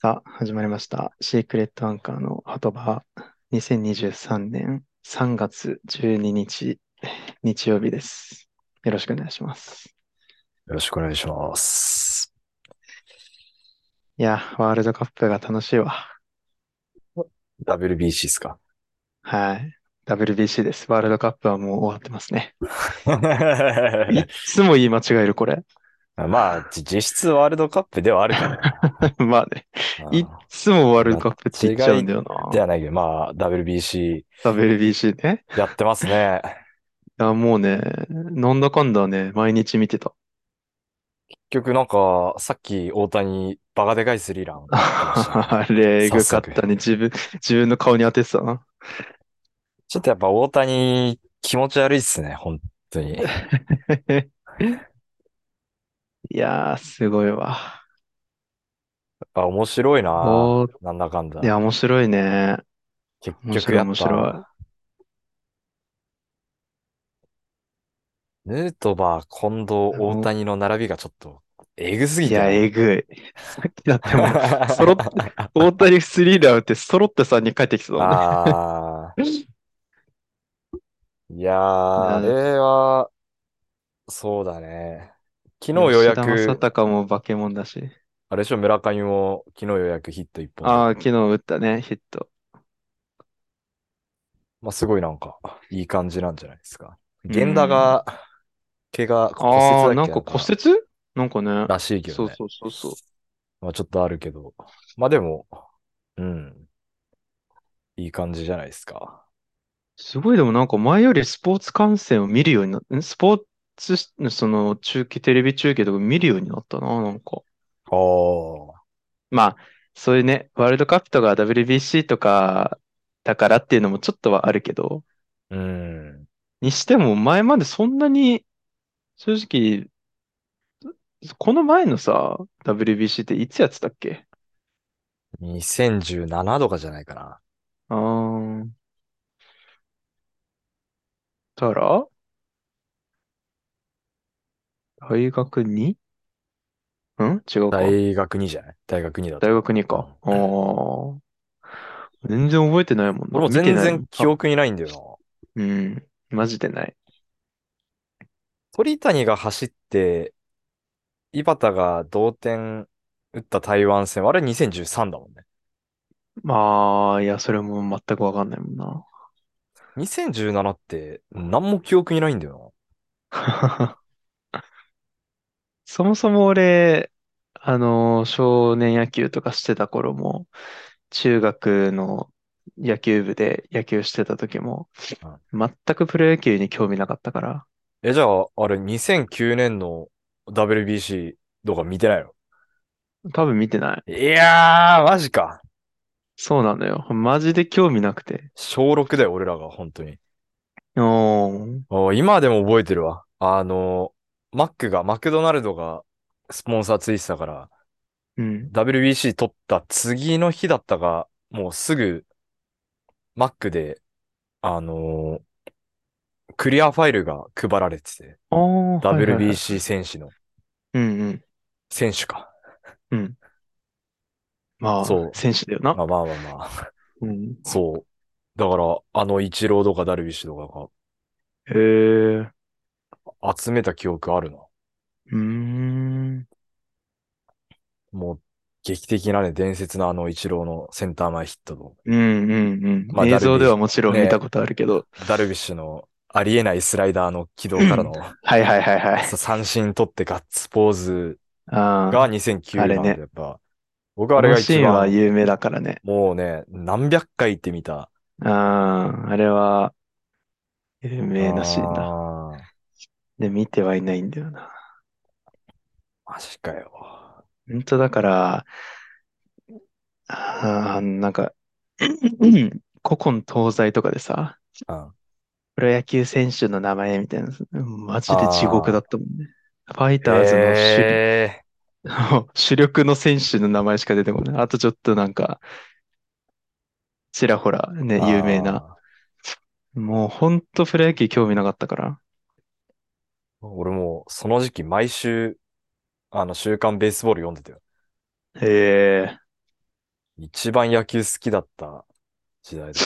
さあ、始まりました。シークレットアンカーの鳩場、2023年3月12日、日曜日です。よろしくお願いします。よろしくお願いします。いや、ワールドカップが楽しいわ。 WBC ですかはい。WBC です。ワールドカップはもう終わってますね。いつも言い間違える、これ。 まあ、実質ワールドカップではあるからな。まあね。 いつもワールドカップって言っちゃうんだよな。ではないけど、まあ、WBC。 WBC ね。やってますね。 いや、もうね、なんだかんだね、毎日見てた。結局なんか、さっき大谷、バカでかいスリーラン、ね。 あれ、えぐかったね。自分、自分の顔に当ててたな。ちょっとやっぱ大谷、気持ち悪いっすね、本当に。いやー、すごいわ。やっぱ面白いな おー、なんだかんだ。いや、面白いね。結面局白い、やっ面ぱ、白ヌートバー、近藤、い。大も谷の並びがちょっと、えぐすうぎいてや、えね。ぐ い。さっきだってもう、揃って、大谷スリーラン打って揃って3人帰ってきてたもんね。あ ー、いやー、いや、あれは、そうだね。昨日よう吉や田正く、尚も化け物だし。あれでしょ、村上も昨日ようやくヒット1本あで。あ、昨日打ったね、ヒット。まあ、すごいなんか、いい感じなんじゃないですか。う源田ん。が、怪我、骨折ああ、だっなんけかなん骨か、折なんかね。らしいけどそうね。そうそうそう。まあ、ちょっとあるけど。まあ、でも、うん、いい感じじゃないですか。すごい、でもなんか前よりスポーツ観戦を見るようになっスポーツ、その中継、テレビ中継とか見るようになったな、なんか。ああ、まあ、そういうね、ワールドカップとか WBC とかだからっていうのもちょっとはあるけど、うん。にしても前までそんなに、正直、この前のさ、WBC っていつやってたっけ2017とかじゃないかな。あー、たら、大学 2? ん違うか。大学にじゃない大学にだ大と学2思か。う。あー、うん。全然覚えてないもん俺な。も見て全ないも然ん記な。憶にないんだようん、マジでない。な。鳥谷が走って、井端が同点打った台湾戦、あれ2013だもんね。まあ、いや、それも全くわかんないもんな。 2017って何も記憶にないんだよ そもそも俺、あの、少年野球とかしてた頃も、中学の野球部で野球してた時も、な。うん全くプロ野球に興味なかったから、え、じゃあ、あれ2009年の WBC とか見てないの多分見てない。いやー、マジか。そうなのよ。マジで興味なくて。小6だよ、俺らが、本当に。おー、お今でも覚えてるわ。あの、マックが、マクドナルドがスポンサーついてたから、うん。 WBC 取った次の日だったが、もうすぐマックで、あのクリアファイルが配られてて、ああ、はいはいはい。 WBC 選手の、うんうん。選手か。うん。まあ、そ選手だよう。まな。あまあまあまあ。うん。そう。だから、あの、イチローとかダルビッシュとへえ、かが集めた記憶あるな。うーん。もう、劇的なね、伝説のあのイチローのセンター前ヒットと、うんうんうまん。あ、映ダル像ビでッシはもちろュ、ん見たね、ことあるけど。ダルビッシュのありえないスライダーの軌道から のはいはいはいはさい。三振取ってガッツポーズあがあ、あ2009れなんで、ね。やっぱ、僕はああれのがシ一ーンは番、有名だからね。もうね、何百回言ってみた。ああ、あれは有名なシーンだ。あー、で、見てはいないんだよな。マジかよ。本当だから、ああ、なんか、 古今東西とかでさ、うん、プロ野球選手の名前みたいな、マジで地獄だあったもんね。ファイー、ターズの主力、ええ 主力の選手の名前しか出てこない。あとちょっとなんか、ちらほらね、有名な。ああー、もうほんとプロ野球興味なかったから。俺もうその時期毎週、あの、週刊ベースボール読んでたよ。へえ。一番野球好きだった時代だ。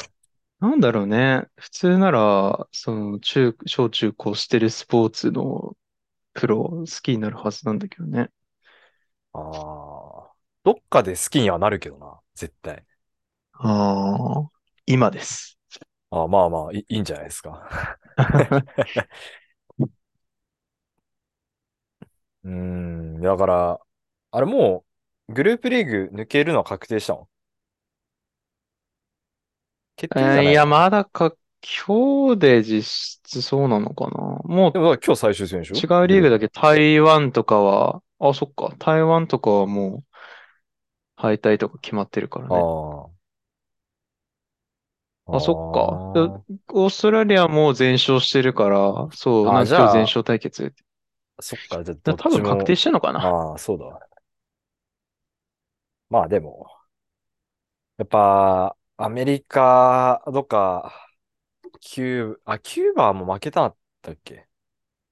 なんだろうね。普通なら、その、中、小中高してるスポーツのプロ好きになるはずなんだけどね。ああ。どっかで好きにはなるけどな、絶対。ああ、今です。ああ、まあまあ、い いいんじゃないですか。 うーん、だから、あれもう、グループリーグ抜けるのは確定したの決定じえゃーいないや、のまだか、今日で実質そうなのかな。もでもだから今日最終戦でしうょ違うグリールーグプだけ台湾とかは、あ、そっか。台湾とかはもう敗退とか決まってるからあね。あ、あ、そっか。であオーストラリアも全勝してるから、そう、あ。なあ、んじか今日全ゃあ、勝対決。そっか、じゃあだどっ多ち分確定も、してんの かな。ああ、そうだ。まあでも、やっぱ、アメリカ、どっか、キュー、あ、キューバも負けたんだっけ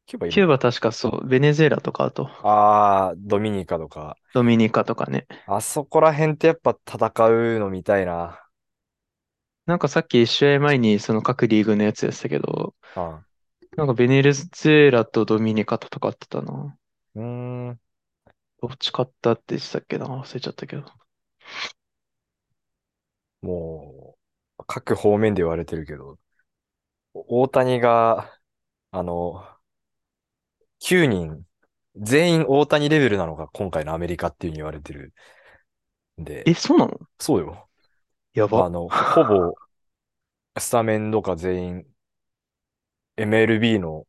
キューバキュー今、バ確かそう、ベネズエラとか、あと、ああ、ドミニカとか、ドミニカとかね。あそこら辺ってやっぱ戦うの見たいな。なんかさっき試合前にその各リーグのやつやってたけど、あなんかベネズエラとドミニカと戦ってたな。うーん。どっち勝ったって言ってたっけな忘れちゃったけど。もう、各方面で言われてるけど、大谷が、あの、9人、全員大谷レベルなのが今回のアメリカっていうふうに言われてるんえ、で、そうなのそうよ。やあば。の、ほぼ、スタメンとか全員、MLB の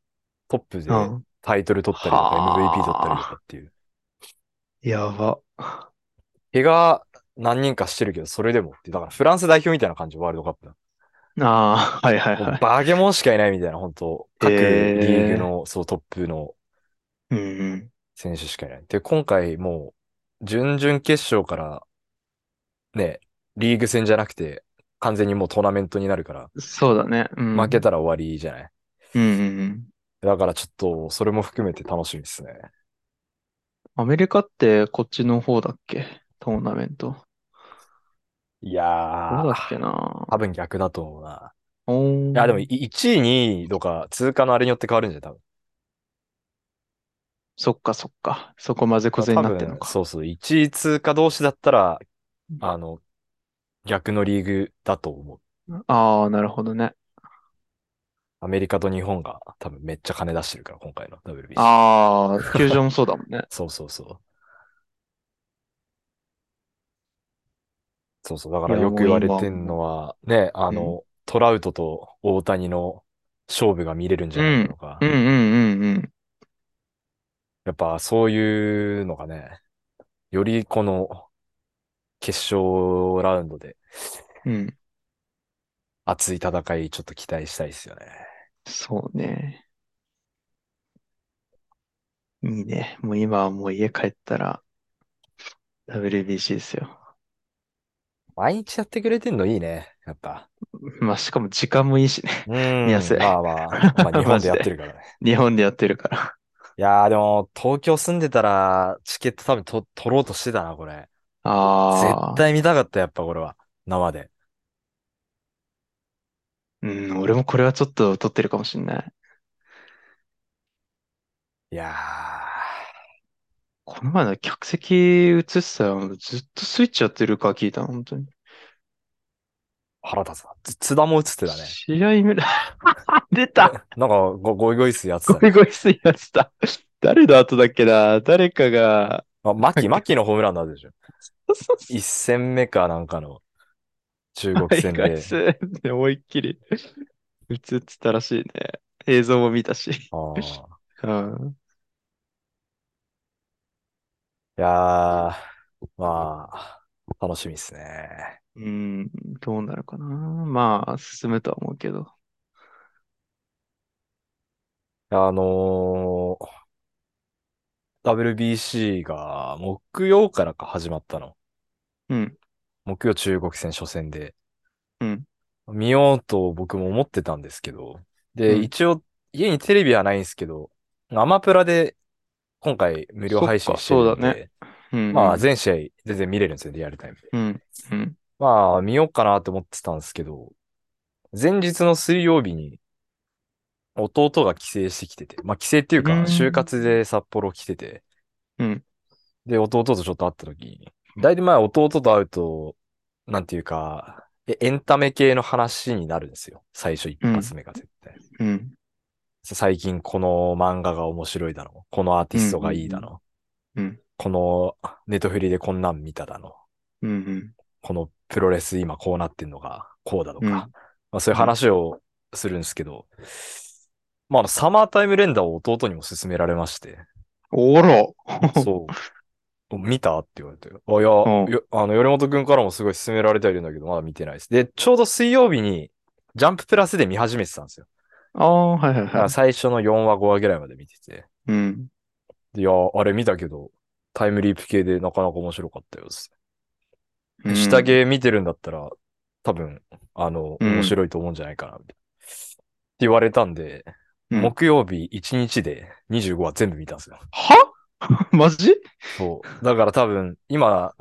トップうでん。タイトル取ったりとか、MVP 取ったりとはかあ。っていう。やば。怪我何人かしてるけど、それでもっていう。だからフランス代表みたいな感じ、ワールドカップの。ああ、はいはいもはうい。バケモンしかいないみたいな、本当各リーグへえ。の、そう、トップのうん。選手しかいない。で、今回もう、準々決勝からね、リーグ戦じゃなくて、完全にもうトーナメントになるから、そうだね。う負けん。たら終わりじゃない。うんうんうん。だからちょっと、それも含めて楽しみですね。アメリカってこっちの方だっけトーナメント。いやどうー、だっけな。多分逆だと思うな。いや、でもおー。 1位、2位とか、通過のあれによって変わるんじゃない多分。そっかそっか。そこまぜこだぜに多なってんの分、か。そうそう、1位通過同士だったら、あの、逆のリーグだと思う。ああ、なるほどね。アメリカと日本が多分めっちゃ金出してるから、今回の WBC。ああ、球場もそうだもん ね。そうそうそう。そうそう。だかいらや、よくもう言われ今、てんのは、ね、あうん。の、トラウトと大谷の勝負が見れるんじうゃないん。うかとんか、うんうんうん。やっぱそういうのがね、よりこの決勝ラウンドでうん。熱い戦いちょっと期待したいですよね。そうね。いいね。もう今はもう家帰ったら WBC ですよ。毎日やってくれてんのいいね、やっぱ。まあ、しかも時間もいいしね。う見やーすい。ん、まあまあ、まあ日 マ本でジやってで。るからね。日本でやってるから。いやーでも、東京住んでたら、チケット多分と取ろうとしてたな、これ。絶ああ、対見たかった、やっぱこれは。生で。うん、俺もこれはちょっと撮ってるかもしんない。いやー。この前の客席映してたらずっとスイッチやってるか聞いたの、本当に。腹立つな。つ津田も映ってたね。試合 見る。出たなんかゴ、ゴイゴイスーやってゴたイね。ゴイスーやってた。誰の後だっけな誰かが、あ、マなんキ、マか、キのホームランのあるでしょ。そうそう一そ戦目かなんかの中う。国ゴイ戦ゴイで。スーで思いっきり映ってたらしいね。映像も見たし。あーうん。いやー、まあ、楽しみですね。うん、どうなるかな。まあ、進むとは思うけど。あのー、WBC が木曜からか始まったの。うん、木曜中国戦初戦で。うん、見ようと僕も思ってたんですけど。うで、ん。一応、家にテレビはないんですけど、アマプラで今回無料そっ配信か、してるそうんだね。で、うんまあ、全試合全然見れるんですよ、リアルタイムで。うん、うん、まあ、見ようかなと思ってたんですけど、前日の水曜日に弟が帰省してきてて、まあ帰省っていうか、うん就活で札幌来てて、うんで、弟とちょっと会った時に、だいぶ前弟と会うと、なんていうか、えエンタメ系の話になるんですよ。最初一発目が絶対。うん、最近この漫画が面白いだの。このアーティストがいいだの。うんこのネットフリでこんなん見ただの。うん、うん、このプロレス今こうなってんのがこうだとか、うんまあ、そういう話をするんですけど、まああの、サマータイムレンダーを弟にも勧められ まして、おろそう、見たって言われて、あ、いや、うんよあの、米本くんからもすごい勧められてはいるんだけど、まだ見てないです。で、ちょうど水曜日に、ジャンププラスで見始めてたんですよ。ああ、はいはいだかはら最初の4話、5話ぐらいまで見てて、い。うん。でいや、あれ見たけど、タイムリープ系でなかなか面白かったよっつって。うん下。着見てるんだったら、多分、あの、うん面白いと思うんじゃないかな、みたいなって言われたんで、うん木曜日1日で25話全部見たんですよ。は マジそう。だから多分、今、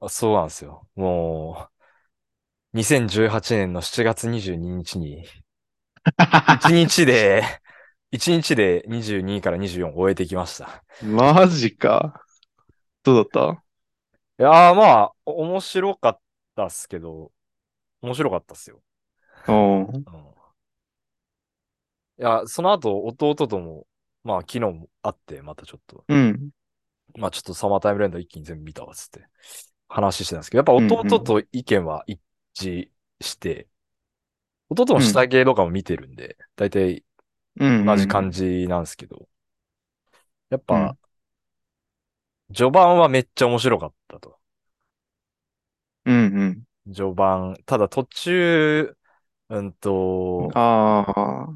うん、そうなんですよ。もう、2018年の7月22 日に、1日で、1日で22から24を終えてきました。マジか。どうだっいやーまあ、面白かったっすけど、面白かったっすよ。たうん。うんいや、その後、弟とも、まあ、昨日も会って、またちょっと、うん。まあ、ちょっとサマータイムレンダー一気に全部見たわ、つって、話してたんですけど、やっぱ弟と意見は一致して、弟も下着とかも見てるんで、大体うん。同じ感じなんですけど、やっぱ、序盤はめっちゃ面白かったと。うん序盤、ただ途中、うんうんと。、ああ。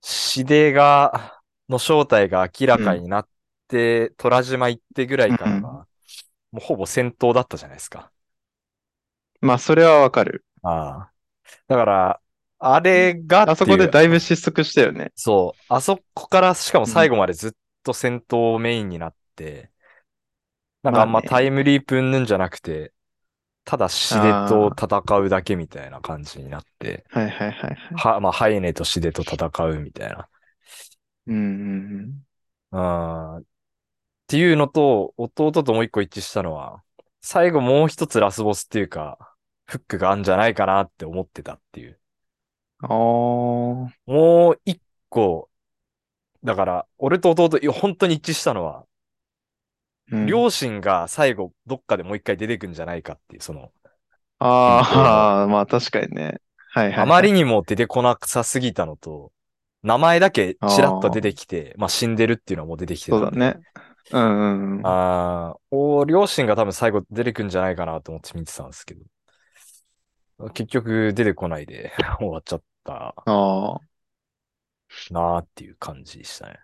シデが、の正体が明らかになって、虎島行ってぐらいからが、うんもうほぼ戦闘だったじゃないですか。まあ、それはわかる。ああ。だから、あれがっていうあそこでだいぶ失速したよね。そう、あそこから、しかも最後までずっと戦闘メインになって、なんかあんままあねタイムリープ云々じゃなくて、ただシデと戦うだけみたいな感じになって、はいはいはいはい。は、まあ、ハイネとシデと戦うみたいな。うんうんうんっていうのと、弟ともう一個一致したのは、最後もう一つラスボスっていうか、フックがあるんじゃないかなって思ってたっていう。うん。ああ。もう一個、だから、俺と弟、いや本当に一致したのは、うん両親が最後、どっかでもう一回出てくんじゃないかっていう、その、ああ、 まあ確かにね。はいはいはい。あまりにも出てこなさすぎたのと、名前だけちらっと出てきて、まあ死んでるっていうのはもう出てきてたそうんだでね。うんうんうん。ああ、お、両親が多分最後出てくんじゃないかなと思って見てたんですけど、結局出てこないで 終わっちゃったああ。なーっていう感じでしたね。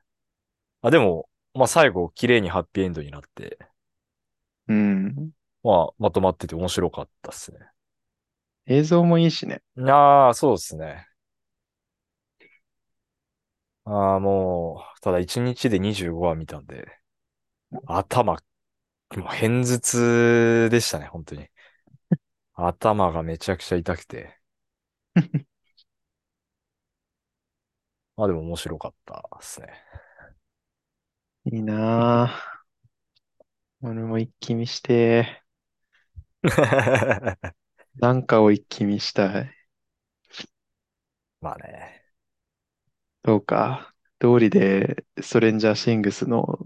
あ、でも、まあ最後綺麗にハッピーエンドになって、うん。まあまとまってて面白かったっすね。映像もいいしね。ああ、そうですね。ああ、もう、ただ1日で25話見たんで、頭、もう片頭痛でしたね、本当に。頭がめちゃくちゃ痛くて。まあでも面白かったですね。 いいなあ。俺も一気見して、なんかを一気見したい。まあね。どうか。通りで、ストレンジャーシングスの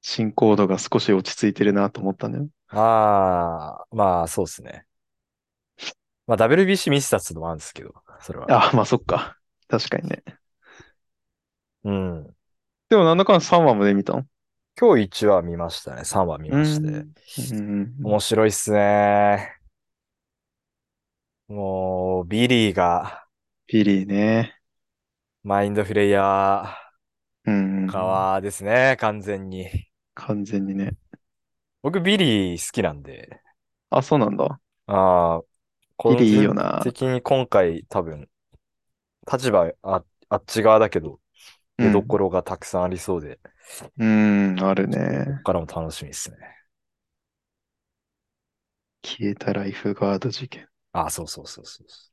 進行度が少し落ち着いてるなと思ったんだよ。ああ、まあそうですね。まあ WBC 見せたっていうのもあるんですけど、それは。あ、まあそっか。確かにね。うん。でもなんだかんだ3話まで見たの今日1話見ましたね。3話見ましうてん。うん。面白いっすね。もう、ビリーが、ピリーね。マインドフレイヤうん。ー側ですね。完全に。完全にね。僕、ビリー好きなんで。あ、そうなんだ。ああ、ビリーいいよな個人的に今回多分、立場あ、あっち側だけど、う出んどころがたくさんありそうで、うん、あるねこ。っからも楽しみっすね。消えたライフガード事件。 あ、そうそうそうそうそ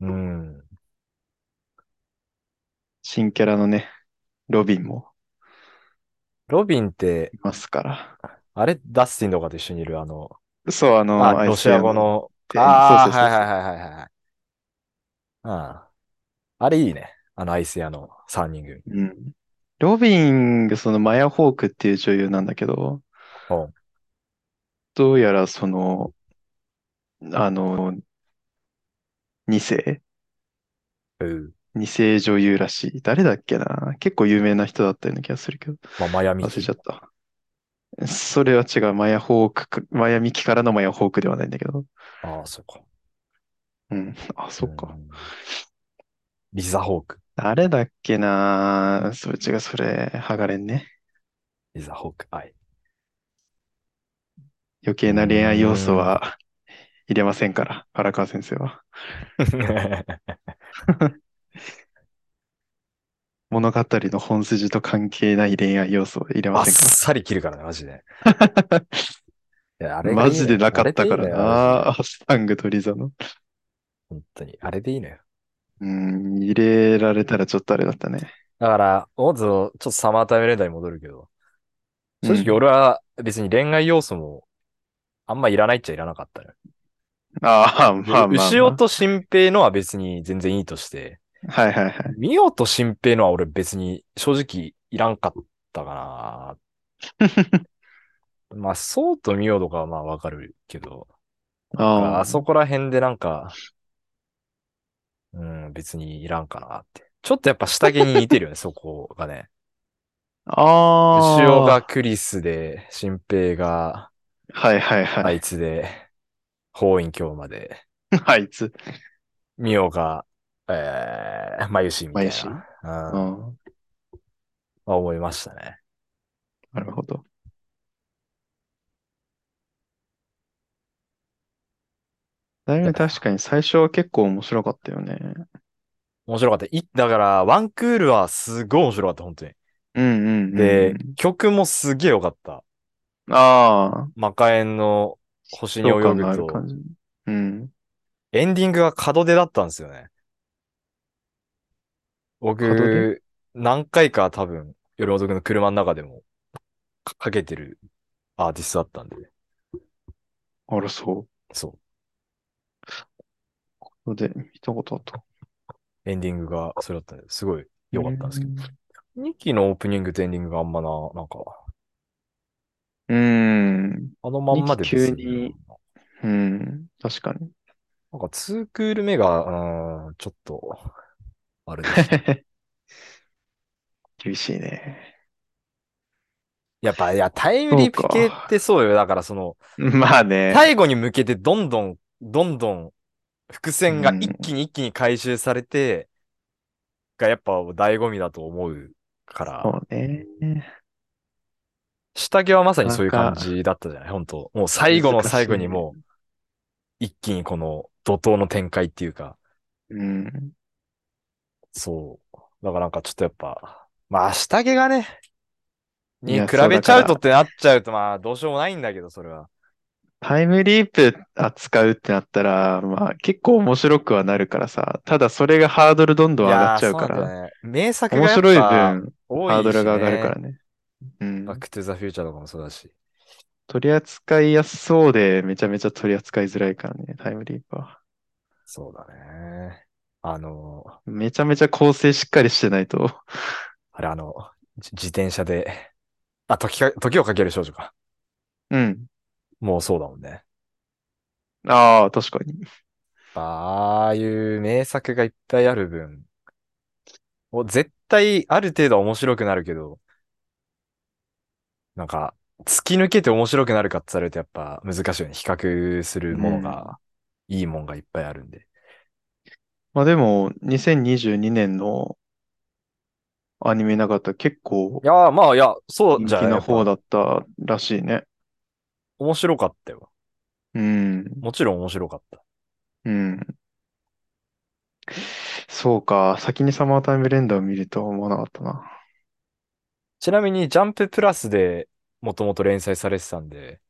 う。うん。新キャラのね、ロビンもロビンって、いますかあれ、ダスティンとかと一緒にいる、あの、ら。そう、あの、あ、アイロスシ屋ア語のの、店員。そうあそあ、うそうはいそう。はいはいはいはい。ああ、あれいいね。あの、アイス屋の3人組。うん。ロビンがそのマヤホークっていう女優なんだけど、おうどうやらその、あの、二世うん二世女優らしい。誰だっけな結構有名な人だったような気がするけど、まあ、マヤミ忘れちキ。ゃった。それは違う。マヤホークか、マヤミキからのマヤホークではないんだけど。ああ、そうか。うん。あ、うそっか。ん。リザホーク。誰だっけなそれ違う、それ、ハガレンね。リザホーク。はい。 余う計な恋愛要素ーん。は入れませんから、荒川先生は。物語の本筋と関係ない恋愛要素は入れまあっせんかさり切るからね、マジで。ら。いや、あれがマいいジのでよ。なかっあれたでいかいのらよ、マジな、で。アスタングとリザの。本当に。あれでいいのよ。うん、入れられたらちょっとあれだったね。だから、オズをちょっとサマータイムレーダーに戻るけど、う正直ん。俺は別に恋愛要素もあんまいらないっちゃいらなかったね。ああ、うまあまあ牛ま尾と新平のは別に全然いいとして、あ。はい はいはい。美桜と新平のは俺別に正直いらんかったかな。まあ、そうと美桜とかはまあわかるけど、なんあかああ、そこら辺でなんか、うん、別にいらんかなって。ちょっとやっぱ下着に似 てるよね、そこがね。牛尾があクリスで、新平があ、はいはいはあいい。つで、法院教まで、 あいつ、ミオが、えー、まゆしみまたゆいし。な、うん、うはん、思いましたね。なるほど。だいいや、ぶ確かに最初は結構面白かったよね。面白かった。い、だから、ワンクールはすごい面白かった、本当に。うんうんうんうで、ん。曲もすげえ良かった。ああ、マカエンの星にそう泳感ぐのあると、感じ。うん。エンディングが門出だったんですよね。角で僕、何回か多分、夜遅くの車の中でもかかけてるアーティストだったんで、あら、そ。そうここで見たことあった。う、エンディングがそれだったんで、すごいう良かったんですけど。ん。 2期のオープニングとエンディングがあんまな、なんか、うん。あのまん2ま期で急別にいいな。に、うん。確かに。なんか2クール目が、うーん、ちょっと、あれで したね。厳しいね。 やっぱ、いや、タイムそリうープ系ってか。そうよ。だからその、まあね。最後に向けてどんどん、どんどん伏う線が一ん。気に一気に回収されて、がやっぱ醍醐味だと思うそから、うね。下着はまさになそうかいう感なかじだったじゃない本当もう最後の難最し後いにね。もう一気にこの怒涛の展開っていうか、うん。そう。だからなんかちょっとやっぱ、まあ下着がね、いにや、比そうべだちかゃうとっら、てなっちゃうとまあどうしようもないんだけど、それは。タイムリープ扱うってなったら、まあ結構面白くはなるからさ、ただそれがハードルどんどいん上がっやー、ちゃうそうかなんだら、よね。名作面がやっ白いぱ分、多ハーいドルしが上がるかね。らね。うバッん。クトゥザフューチャーとかもそうだし。取り扱いやすそうで、めちゃめちゃ取り扱いづらいからね、タイムリープは。そうだね。あのー、めちゃめちゃ構成しっかりしてないと。 あれあの、じ自転車で、あ、時か、時をかける少女か。うん。もうそうだもんね。ああ、確かに。ああいう名作がいっぱいある分、もう絶対ある程度は面白くなるけど、なんか、突き抜けて面白くなるかって言われるとやっぱ難しいよね。比較するうものん。が、いいもんがいっぱいあるんで。まあでも、2022年のアニメなかったら結構いやー、まあ、いや、そう人じゃ気ないなやっ方ぱ、だったらしいね。面白かったよ。うん。もちろん面白かった。うん。そうか。先にサマータイム連打を見るとは思わなかったな。ちなみに、ジャンププラスでもともと連載されてたんで、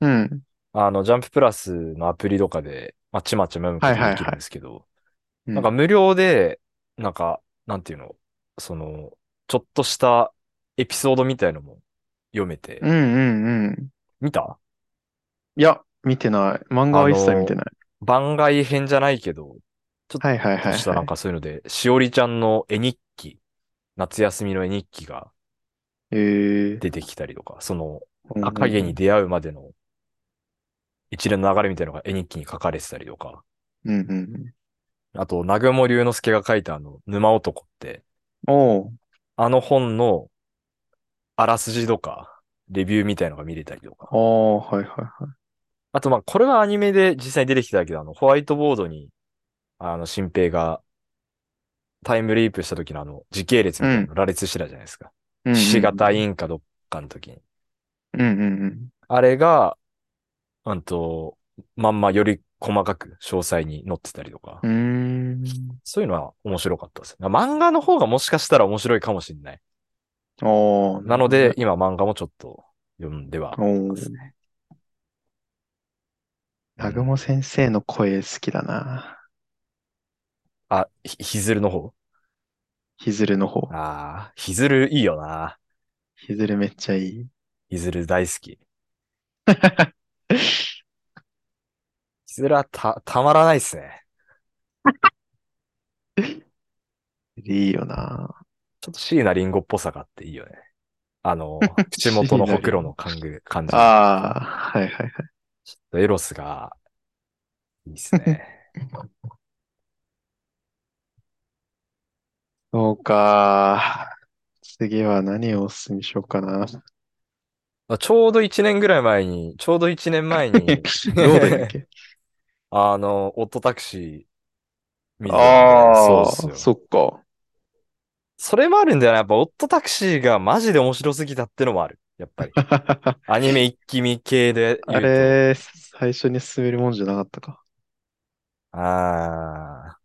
うん。あの、ジャンププラスのアプリとかで、まあ、ちまちまは読むこいとはでいきるはんでい。すけど、うなんかん。無料で、なんか、なんていうの、その、ちょっとしたエピソードみたいのも読めうんて、うんうん。見たいや、見てない。漫画あは一切見ての、ない。番外編じゃないけど、ちょっはいはいとはいしたはなんい。かそういうので、しおりちゃんの絵日記、夏休みの絵日記がええ出てきたりとか、その、うんう赤んう毛にん。出会うまでの一連の流れみたいなのが絵日記に書かれてたりとか、うんうんうん。あと、南雲龍之介が書いたあの、沼男って、おう。あの本のあらすじとか、レビューみたいのが見れたりとか。ああ、はいはいはい。あと、まあ、これはアニメで実際に出てきたけど、あの、ホワイトボードに、あの、新平がタイムリープした時のあの、時系列う。みたいなんの羅列してたじゃないですか。うんうひしん形う委ん員かどっかの時に。うん。うんうんうん。あれが、うんと、まんまより細かく詳細に載ってたりとうか。ーん。そういうのは面白かったですね。漫画の方がもしかしたら面白いかもしれない。ああ、ななるのほどで、ね。今漫画もちょっと読んではおますお。ね。う南雲ん。先生の声好きだな。あ、ひ、ひずるの方ひずるの方。ああー、ひずるいいよな。ひずるめっちゃいい。ひずる大好き。ひずるはた、たまらないっすね。いいよな。ちょっと椎名林檎っぽさがあっていいよね。あ の、口元椎の名ほく林ろの檎。感じ、感じが。ああ、はいはいはちょっとエロスがいいっすい。ね。 そうか。次は何をおすすめしようかな。あちょうど一年ぐらい前に、ちょうど一年前 にどうだっ けあの、オットタクシー見てたんで、そうっあすあ、よ。そっか。それもあるんだよな、やっぱ、オットタクシーがマジで面白すぎたってのもある。やっ ぱり。アニメ一気見系であ言うと。れ、最初に進めるもんじゃなかったか。あ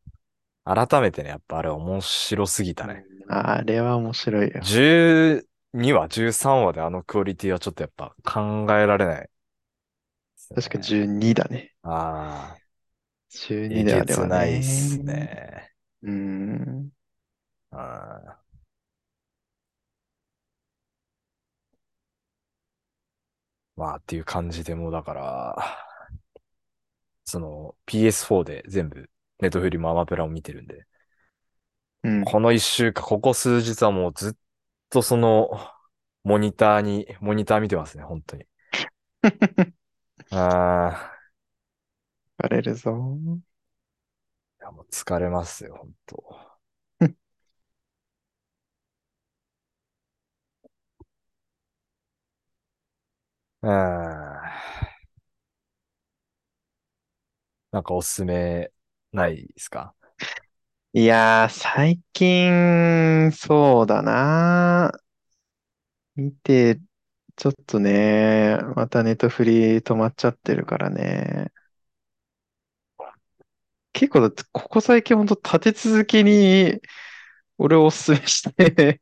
あ、改めてね、やっぱあれ面白すぎたうね。んあれは面白いよ。 12話、13話であのクオリティはちょっとやっぱ考えられないです確かね。 12だね。ああ、 12えでげあれつはないっね。すね。うん。あーまあっていう感じでもうだから、その PS4 で全部ネットフリもアマプラを見てるんで、うん。この一週間、ここ数日はもうずっとその、モニターに、モニター見てますね、本当に。ああ、 バレるぞ。いやもう疲れますよ、本 当。うん。なんかおすすめないですか いやー、最近、そうだな。見て、ちょっとね、またネットフリ止まっちゃってるからね。結構だって、ここ最近ほんと立て続けに、俺をおすすめして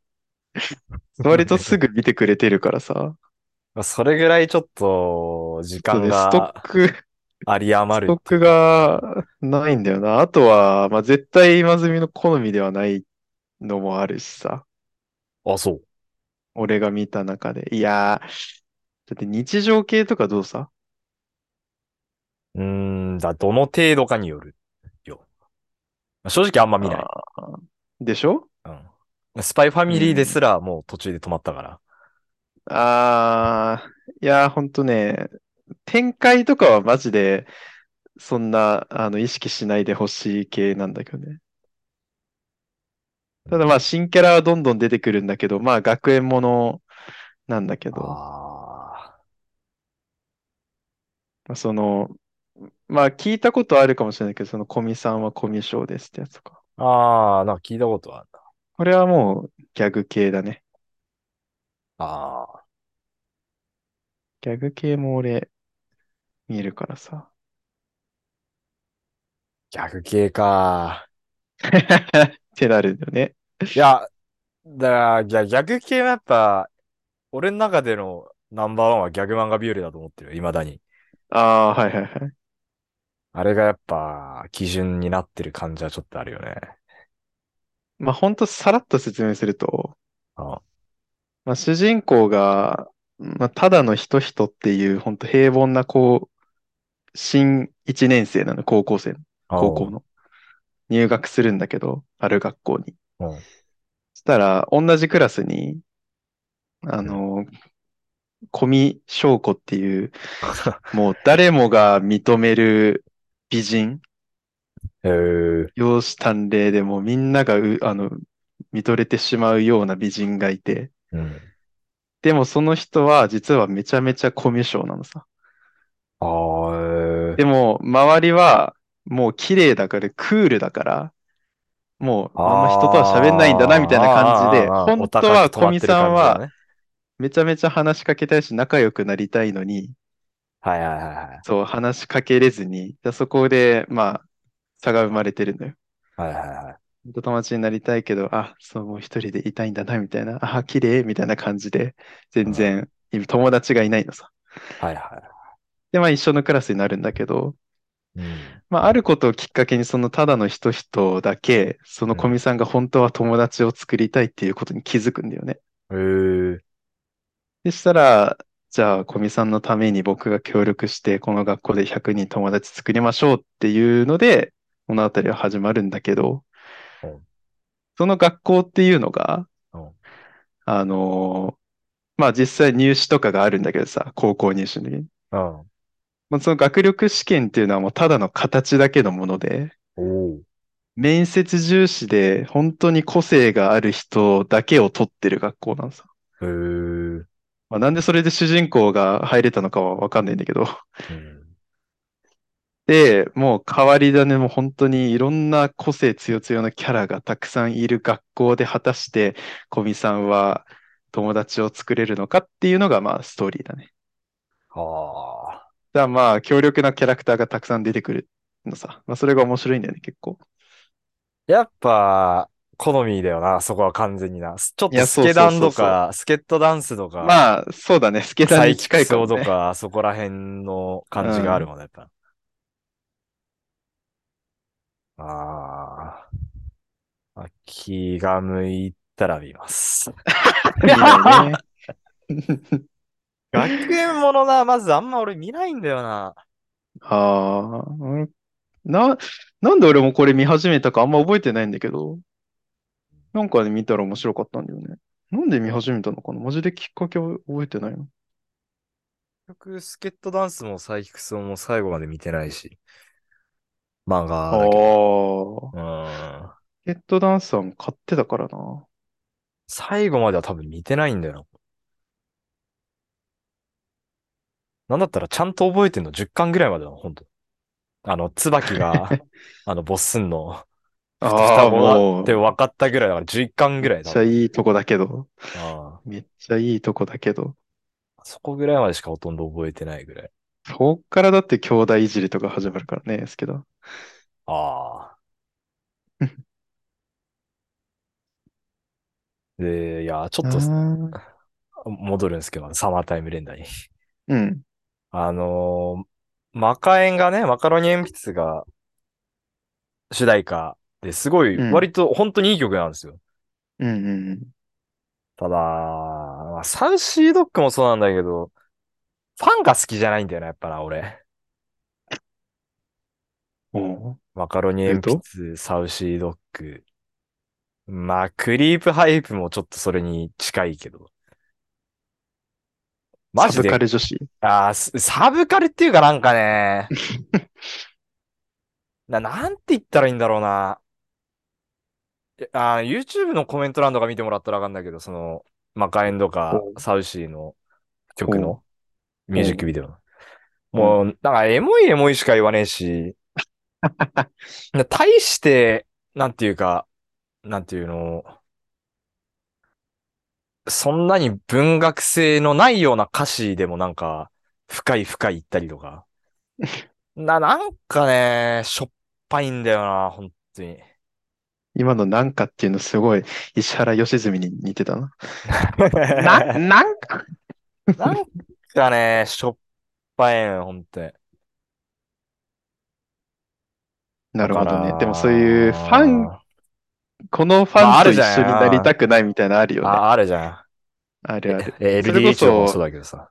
割とすぐ見てくれてるからさ。まあそれぐらいちょっとちょ時っと間ね、ストッがク、あり余スるっトッてクいう感じで。がないんだよな。あとは、まあ、絶対今住みの好みではないのもあるしさ。あ、そう。俺が見た中で。いやー、だって日常系とかどうさうーん、だ、どの程度かによるよ。まあ正直あんま見ない。あーでしょうん。スパイファうミリーですん。らもう途中で止まったから。ああ、いやー、ほんとね、展開とかはマジで、そんな、あの、意識しないでほしい系なんだけどね。うただまあ、ん。新キャラはどんどん出てくるんだけど、まあ、学園ものなんだけど、ああ。まあその、まあ、聞いたことあるかもしれないけど、その、古見さんはコミュ障ですってやつとか。ああ、なんか聞いたことあるな。これはもう、ギャグ系だね。ああ。ギャグ系も俺、見るから さ。ギャグ系か。ってなるんだよね。いや、だから、ギャギャグ系はやっぱ、俺の中でのナンバーワンはギャグ漫画日和だと思ってる、未だに。ああー、はいはいはい。あれがやっぱ基準になってる感じはちょっとあるよね。まあ、ほんとさらっと説明すると、あまあ、主人公が、まあ、ただの人人っていう、ほんと平凡な子、新1年生なの、高校生の、あ高 校の。入学するんだけど、ある学校に。うんそしたら、同じクラスに、あの、小見翔子っていう、もう誰もが認める美人、えー、容姿端麗でもうみんながう、あの、見とれてしまうような美人がいて、うん。でもその人は実はめちゃめちゃコミュ障なのさ。あー、えーでも周りはもう綺麗だからクールだから、もうあんま人とは喋んないんだなみたいな感じで、あーあーあー本当はお高く止ま小って見さる感んじだはねめちゃめちゃ話しかけたいし仲良くなりたいのに、はいはいはいはい。そう話しかけれずに、でそこでまあ差が生まれてるのよ。はいはいはい。本当友達になりたいけど、あ、そう、もう一人でいたいんだな、みたいな、あ、綺麗みたいな感じで、全然、今友達がいないのさ。はいはで、まあ一緒のクラスになるんだけど、い。うん。まあ、あることをきっかけに、そのただの人々だけ、その小見さんが本当は友達を作りたいっていうことに気づくんだよね。えー、でしたら、じゃあ、小見さんのために僕が協力して、この学校で100人友達作りましょうっていうので、物語は始まるんだけどうん、その学校っていうのがうん、あのーまあ実際入試とかがあるんだけどさ、高校入試の時に。うん。まあその学力試験っていうのはもうただの形だけのもので、おー面接重視で本当に個性がある人だけを取ってる学校なんですよ。えー、まあ、なんでそれで主人公が入れたのかはわかんないんだけど。うん。で、もう変わり種も本当にいろんな個性強強のキャラがたくさんいる学校で果たして小見さんは友達を作れるのかっていうのがまあストーリーだね。はあ。だからまあ強力なキャラクターがたくさん出てくるのさ。まあそれが面白いんだよね、結構。やっぱ、好みだよな、そこは完全にな。すちょっいとやスケダンそとうそうそうか、スケットダンスとか、まあそうだね、スケダンサにイキ近ッいクかもとね。か、そこら辺の感じがあるもんね、やっぱ。あーあ。気が向いたら 見ます。いいよ ね。学園ものな、まずあんま俺見ないんだよな。ああ、うんな、なんで俺もこれ見始めたかあんま覚えてないんだけど、なんかで見たら面白かったんだよね。なんで見始めたのかなマジできっかけは覚えてないの。結局、スケットダンスもサイキックスも最後まで見てないし。漫画ああだけど。ー、うん。ゲットダンサーも買ってたからな。最後までは多分見てないんだよな。なんだったらちゃんと覚えてんの10巻ぐらいまでなの、ほんと。あの、椿が、あの、ボッスンのあ双あ、子だもっう、て分かったぐらいだから11巻ぐらめいっだちゃいいとこだけど、あめっちゃいいとこだけど、あそこぐらいまでしかほとんど覚えてないぐらい。そっからだって兄弟いじりとか始まるからね、ですけど。あ あ。で、いや、ちょっとうん。戻るんですけど、サマータイム連打に。うん。あのーマカエンがね、マカロニ鉛筆が主題歌ですごい、うん割と本当にいい曲なんですよ。うんうん。ただ、まあサウシードッグもそうなんだけど、ファンが好きじゃないんだよな、やっぱな、俺。おうマカロニえっ鉛と筆、サウシードッグ。まあ、クリープハイプもちょっとそれに近いけど。マジサブでカル女子。ああ、すサブカルっていうかなんか ね。な、なんて言ったらいいんだろうな。えあー、YouTube のコメント欄とか見てもらったらわかんないけど、その、マカエンとかおうサウシーの曲のミュージックビデオの。うんもう、なんかエモいエモいしか言わねえ し、な対して、なんていうか、なんていうの、そんなに文学性のないような歌詞でもなんか、深い深い言ったりと か。な、なんかね、しょっぱいんだよな、本 当に。今のなんかっていうのすごい石原良純に似てたな。な、なんかなんかね、しょっぱいのよ、ほんとに。なだるかほどね。でもそういうファン、ら、このフまァあ、ンあるとじ一緒になりゃん。たくないみたいなのあるよね。あ、あるじゃあん。るある。え、それこ LDH もそうそ、だけどさ。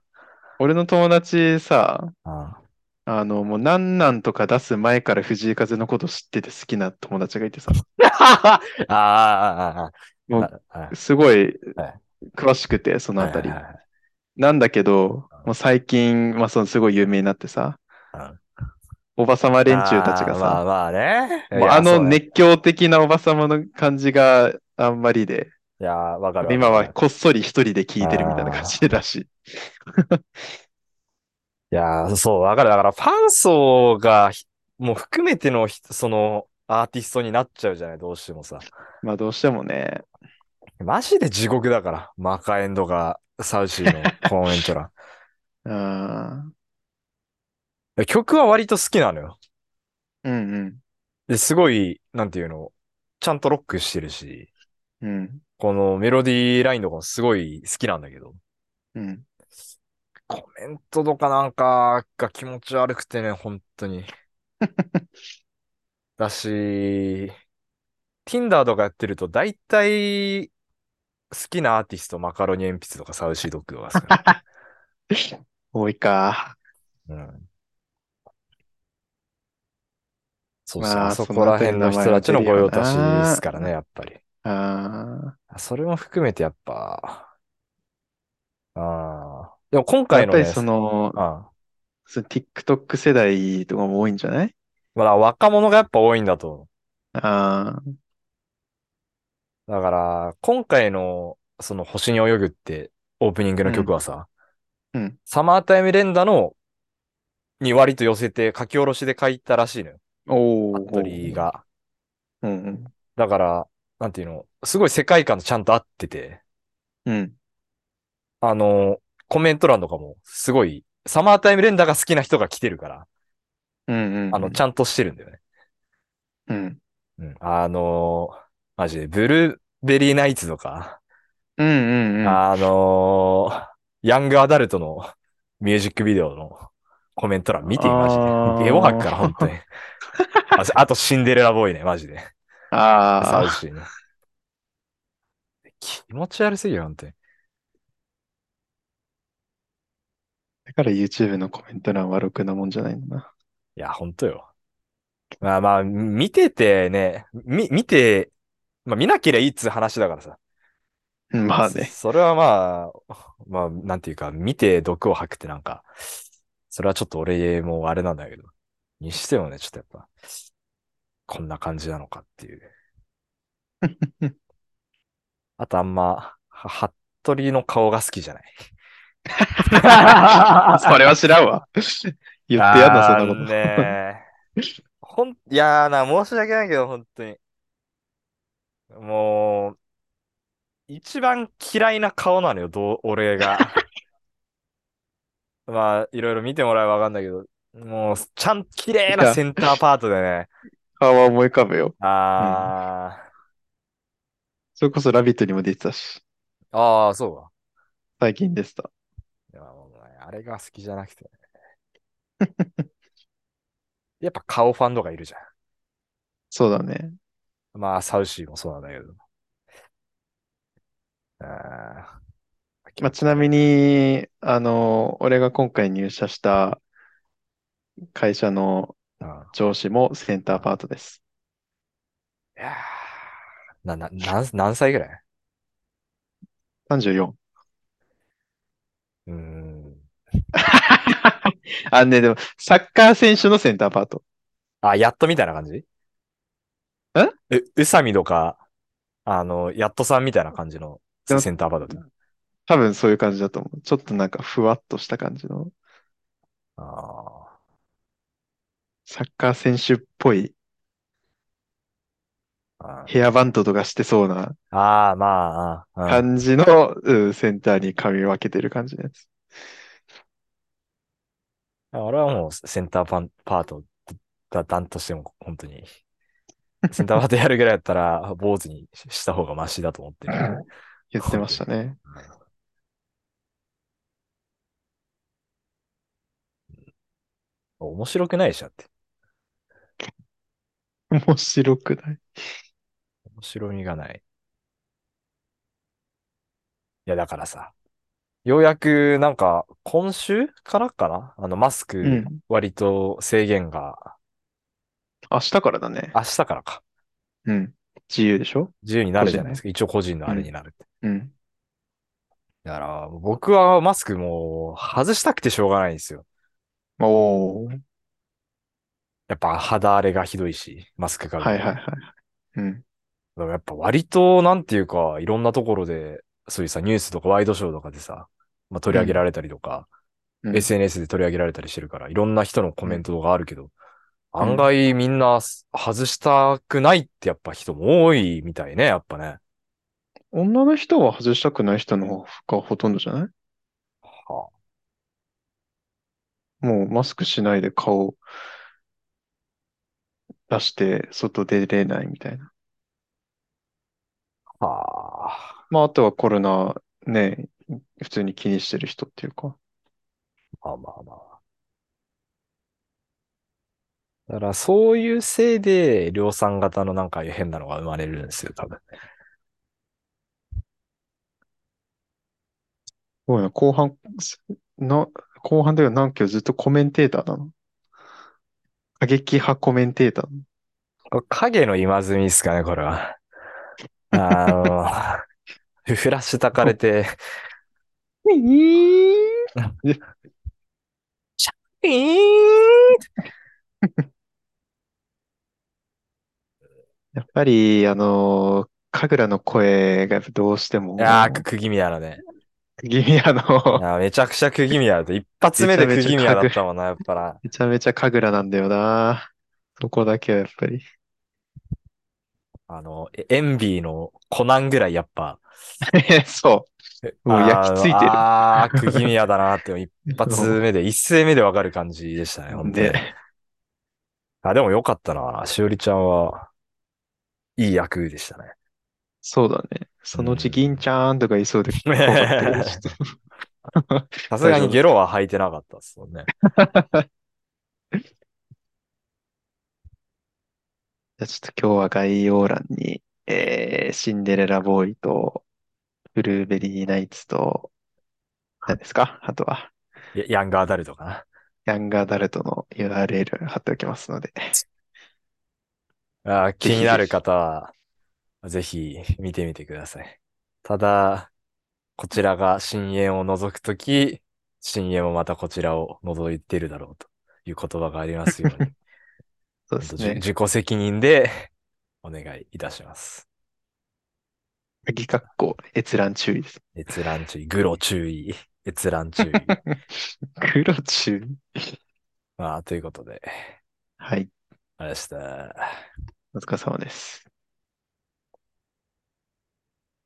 俺の友達さ、あ あの、もうなんなんとか出す前から藤井風のこと知ってて好きな友達がいてさ、あ、ああ、ああ、もああ、うあすごいあ、はい詳しくて、そのはあいはたいはり。いはいなんだけど、もうあ最近、まあ、そのすごい有名になってさ、あおばさま連中たちがああ、まさ、あまあね。いもうあや、のそうね。熱狂的なおばさまの感じがあんまりで、いや、わかるわか今るわはかる。こっそり一人で聞いてるみたいな感あじあ。だし。いやー、そう、わかる。だから、ファン層がひ、もう含めてのひ、その、アーティストになっちゃうじゃない、どうしてもさ。まあどうしてもね、マジで地獄だから。マカエンドが、サウシーのコーンエントラ。あーいや 曲は割と好きなのよ。うんで、すごい、なんていうの、ちゃんとロックしてるし、うん、うん、このメロディーラインとかもすごい好きなんだけど、うん。コメントとかなんかが気持ち悪くてね、本当 に。だし、Tinder とかやってると大体好きなアーティスト、マカロニ鉛筆とかサウシードッグとかですか多いか。らね。うん。そうそう、まああそそこのあらたり辺のの名前人がたち出のる御よ用達ですな。からね、やっぱり。あそれも含めてやっぱ、ああ。でもー今や回っのぱりね、その、ああ。その TikTok 世代とかも多いんじゃないまあ、若者がやっぱ多いんだと思あーう。だから、今回の、その、星に泳ぐって、オープニングうの曲ん、はさ、うん。サマータイム連打の、に割と寄せて、書き下ろしで書いたらしいのよ。お服お、部が。うん、だから、なんていうの、すごい世界観とちゃんと合ってて、うん。あの、コメント欄とかも、すごい、サマータイム連打が好きな人が来てるから、うん、うあん、うの、ちん、ゃんとしてるんだよね。うん。うん。あの、マジで、ブルーベリーナイツとか、うんうんうん。あのーヤングアダルトのミュージックビデオのコメント欄見てみ、マジで。ゲボ吐くあから、本当ー に。あ、あとシンデレラボーイね、マジで。サウあシーね。気持ち悪すぎるよ、本当に。ー、だから YouTube のコメント欄はろくなもんじゃないんだな。いや、本当よ。まあまあ、見ててね、み、見て、まあ見なけりゃいいっつう話だからさ。うんまあそ、ね。それはまあ、まあ、なんていうか、見て毒を吐くってなんか、それはちょっと俺もあれなんだけど。にしてもね、ちょっとやっぱ、こんな感じなのかっ ていう。あとあんま、は、服部の顔が好きじ ゃない。それは知らんわ。 言ってやんな、そんあなーこと。ねほん、いやーな、申し訳ないけど、本当に。もう、一番嫌いな顔なのよ、どう、俺が。 まあ、いろいろ見てもらえばわかんないけど、もう、ちゃん、綺麗いなや、センターパートでね、顔は思い浮かぶよ。うん。あそれこそラビットにも出てたし、ー、ああ、そうか。最近でした。いやもうねあれが好きじゃな くて。やっぱ顔ファンとかいるじゃそうだね。ん。まあ、サウシーもそうなんだけど。あー、気まあ、持ちちな悪い。みに、あの、俺が今回入社した会社のあ上司もセンターあパートです。いやーな、な、何、何歳ぐらい34。うーん。あ、ね、でも、サッカー選手のセンターパート。あ、やっとみたいな感じんう、宇佐美とか、あの、やっとさんみたいな感じのでも、センターバーだと。多分そういう感じだと思う。ちょっとなんかふわっとした感じの、ああ。サッカー選手っぽいあヘアバンドとかしてそうなあ、まあ、あ感じの、うん、センターに髪分けてる感じのやつ。うん。俺はもうセンターパン、パートだ、だんとしても、本当に。センターパートやるぐらいだったら、坊主にし た方がマシだと思ってるけど。言って本ま当しに。たね。うん 面白くないでしょだって。面白くない。面白みがない。いや、だからさ、ようやく、なんか、今週からかなあの、マスうク、ん。割と制限が、明日からだね。明日からか、うん。自由でしょ自由にな個るじゃ人ないですの。か。一応個人のうあれにん。なるって。うん。だから、僕はマスクもう外したくてしょうがないんですよ。おー。やっぱ肌荒れがひどいし、マスクかぶっはいたはいら。はい。うん。でもやっぱ割と、なんていうか、いろんなところで、そういうさ、ニュースとかワイドショーとかでさ、まあ、取うり上げらん。れたりとか、うん。 SNS で取り上げられたりしてるから、いろんな人のコうメンん。トがあるけど、う案ん。外みんな外したくないってやっぱ人も多いみたいね、やっぱね。女の人は外したくない人の方がほとんどじゃないはあもうマスクしないで顔出して外出れないみたいな。はあまあ、あとはコロナね、普通に気にしてる人っていうか。まあまあまあ。だからそういうせいで量産型のなんか変なのが生まれるんですよ、多分。すごいな、後半、すな、後半では何期ずっとコメンテーターなの過激派コメンテーターなのこれ影の今積みですかね、これ は。あの、フラッシュ焚かれ て、えーシャイーンやっぱり、あのー、神楽の声がどうしていやー、くも、釘宮だね。ギミアいのやー、めちゃくちゃ釘宮だと。一発め目ちゃでめちゃ釘宮だ神っ楽、たもんな、やっぱな。めちゃめちゃ神楽なんだよな。そこだけはやっぱり。 あの、エエンビーのコナンぐらいやっぱ、そう。もう焼きあー付いてる。あー、釘宮だなって一発そ目で、一声目でわかる感じでしたね、う本当に。ね。あ、でもよかったな。しおりちゃんは、いい役でしたね。そうだね。うそのうち銀ん。ちゃんとか言いそうで怖かったけど、ちょっとさす大丈夫がにだっゲロは吐いてなかったっすもんね。た。じゃあちょっと今日は概要欄に、えー、シンデレラボーイと、ブルーベリーナイツと、何ですかあとは、やヤングアダルトかな。ヤングアダルトの URL 貼っておきますので、あー、ぜ気にひなぜるひ。方は、ぜひ見てみてください。ただ、こちらが深淵を除くとき、深淵もまたこちらを除いてるだろうという言葉がありますように、 そうで本当すじゅね。自己責任でお願いいたします。鍵括弧閲覧注意です。閲覧注意、グロ注意、閲覧 注意。黒注意。まあ、ということで、はい。あれでした。お疲れ様です。